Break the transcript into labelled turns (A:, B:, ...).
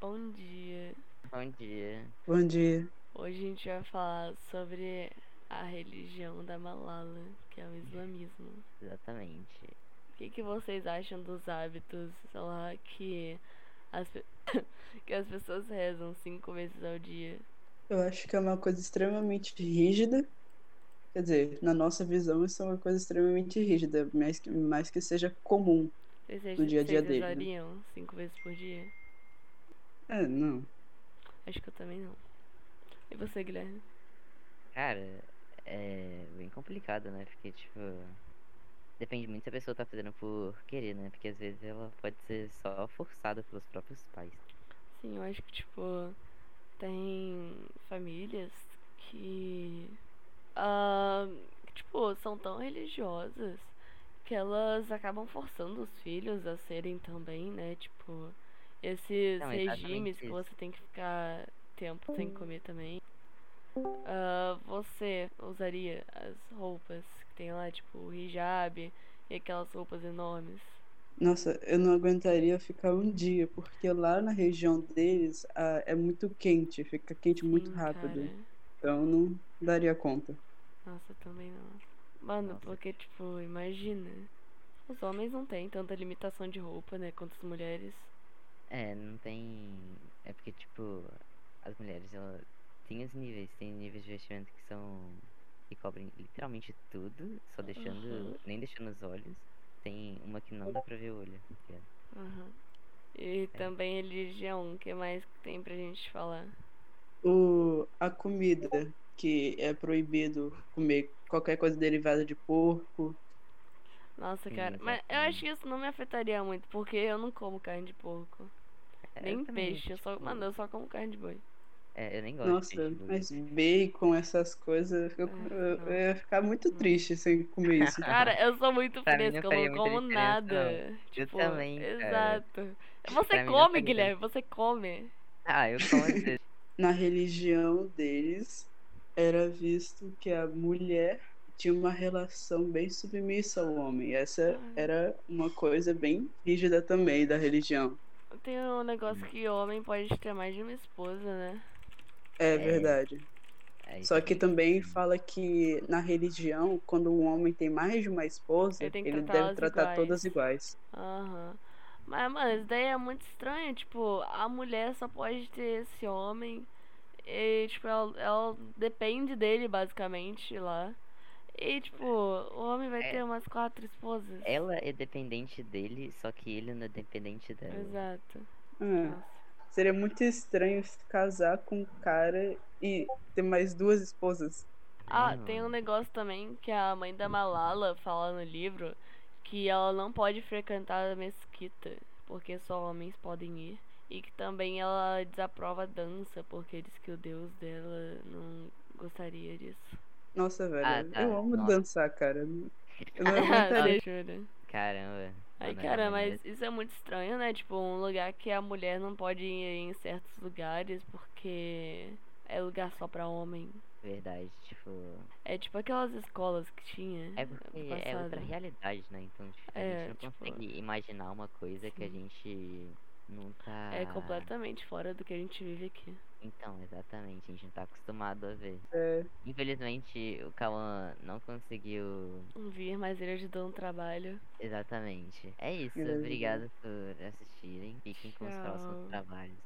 A: Bom dia.
B: Bom dia.
C: Bom dia.
A: Hoje a gente vai falar sobre a religião da Malala, que é o islamismo.
B: Exatamente.
A: O que, que vocês acham dos hábitos, sei lá, que as, pe- que as pessoas rezam cinco vezes ao dia?
C: Eu acho que é uma coisa extremamente rígida. Quer dizer, na nossa visão, isso é uma coisa extremamente rígida, mais que, mais que seja comum.
A: Vocês acham
C: No dia a
A: que
C: dia
A: vocês
C: dele, né?
A: rezariam cinco vezes por dia?
C: É, não.
A: Acho que eu também não. E você, Guilherme?
B: Cara, é bem complicado, né? Porque, tipo. Depende muito se a pessoa tá fazendo por querer, né? Porque às vezes ela pode ser só forçada pelos próprios pais.
A: Sim, eu acho que, tipo, tem famílias que, ah, que, tipo, são tão religiosas que elas acabam forçando os filhos a serem também, né? Tipo, esses
B: Não, exatamente
A: regimes que
B: isso.
A: você tem que ficar tempo sem comer também. Ah, você usaria as roupas que tem lá, tipo, o hijab e aquelas roupas enormes?
C: Nossa, eu não aguentaria ficar um dia, porque lá na região deles, ah, é muito quente, fica quente muito
A: Sim,
C: rápido.
A: cara.
C: Então não daria conta.
A: Nossa, eu também não. Mano,
B: Nossa,
A: porque, tipo, imagina. Os homens não têm tanta limitação de roupa, né? Quanto as mulheres.
B: É, não tem. É porque, tipo, as mulheres, ela tem os níveis, tem níveis de vestimento que são. que cobrem literalmente tudo, só deixando.
A: Aham.
B: nem deixando os olhos. Tem uma que não dá pra ver o olho. que é-
A: Aham. E também religião, o que mais que tem pra gente falar?
C: O, a comida, que é proibido comer qualquer coisa derivada de porco.
A: Nossa,
B: Sim,
A: cara. Mas eu
B: exatamente.
A: acho que isso não me afetaria muito, porque eu não como carne de porco.
B: É, eu
A: nem
B: também,
A: peixe. Eu só,
B: tipo,
A: mano, eu só como carne de boi.
B: É, eu nem gosto de
C: Nossa,
B: peixe, tipo,
C: mas bacon, essas coisas, eu,
A: Ah,
C: eu-
A: não.
C: eu ia ficar muito
A: Hum.
C: triste sem comer isso.
A: Cara, eu sou muito
B: Pra mim não
A: fresca, eu
B: faria
A: não
B: muita
A: como
B: diferença,
A: nada.
B: Eu
A: Tipo,
B: também, cara.
A: Exato.
B: Pra
A: Você
B: mim não
A: come,
B: faria
A: Guilherme, você come.
B: Ah, eu como às vezes.
C: Na religião deles, era visto que a mulher tinha uma relação bem submissa ao homem. Essa
A: Ah.
C: era uma coisa bem rígida também da religião.
A: Tem um negócio
B: Hum.
A: que homem pode ter mais de uma esposa, né?
C: É
B: É.
C: verdade.
A: é
B: Aí
C: Só
B: fica
C: que
B: meio
C: também
B: estranho.
C: fala que na religião, quando um homem tem mais de uma esposa,
A: Ele tem que
C: ele
A: tratar
C: deve
A: elas
C: tratar
A: iguais.
C: todas iguais.
A: Aham. Mas, mano, isso daí é muito estranho. Tipo, a mulher só pode ter esse homem. E, tipo, ela, ela depende dele, basicamente, lá. E, tipo, o homem vai
B: É.
A: ter umas quatro esposas.
B: Ela é dependente dele, só que ele não é dependente dela.
A: Exato.
C: Ah.
A: Nossa.
C: Seria muito estranho se casar com um cara e ter mais duas esposas.
A: Ah,
B: Não.
A: tem um negócio também que a mãe da Malala fala no livro que ela não pode frequentar a mesquita, porque só homens podem ir. E que também ela desaprova a dança, porque diz que o deus dela não gostaria disso.
C: Nossa, velho,
B: Ah, tá.
C: eu amo
B: Nossa.
C: dançar, cara. Eu não aguentaria.
A: Você jura?
B: Caramba.
A: Ai,
B: mano,
A: cara,
B: ela é
A: mas isso é muito estranho, né? Tipo, um lugar que a mulher não pode ir em certos lugares porque é lugar só pra homem.
B: Verdade, tipo.
A: É tipo aquelas escolas que tinha
B: É porque
A: no
B: é outra
A: passado.
B: realidade, né? Então, tipo, a
A: Uhum, É,
B: gente não
A: tipo-
B: consegue imaginar uma coisa que a
A: Sim.
B: gente não tá.
A: É completamente fora do que a gente vive aqui.
B: Então, exatamente, a gente não tá acostumado a ver.
C: É,
B: Infelizmente, o Kawan não conseguiu.
A: Um vir, mas ele ajudou no trabalho.
B: Exatamente. É isso,
C: Maravilha.
B: obrigado por assistirem. Fiquem com os
A: Tchau.
B: próximos trabalhos.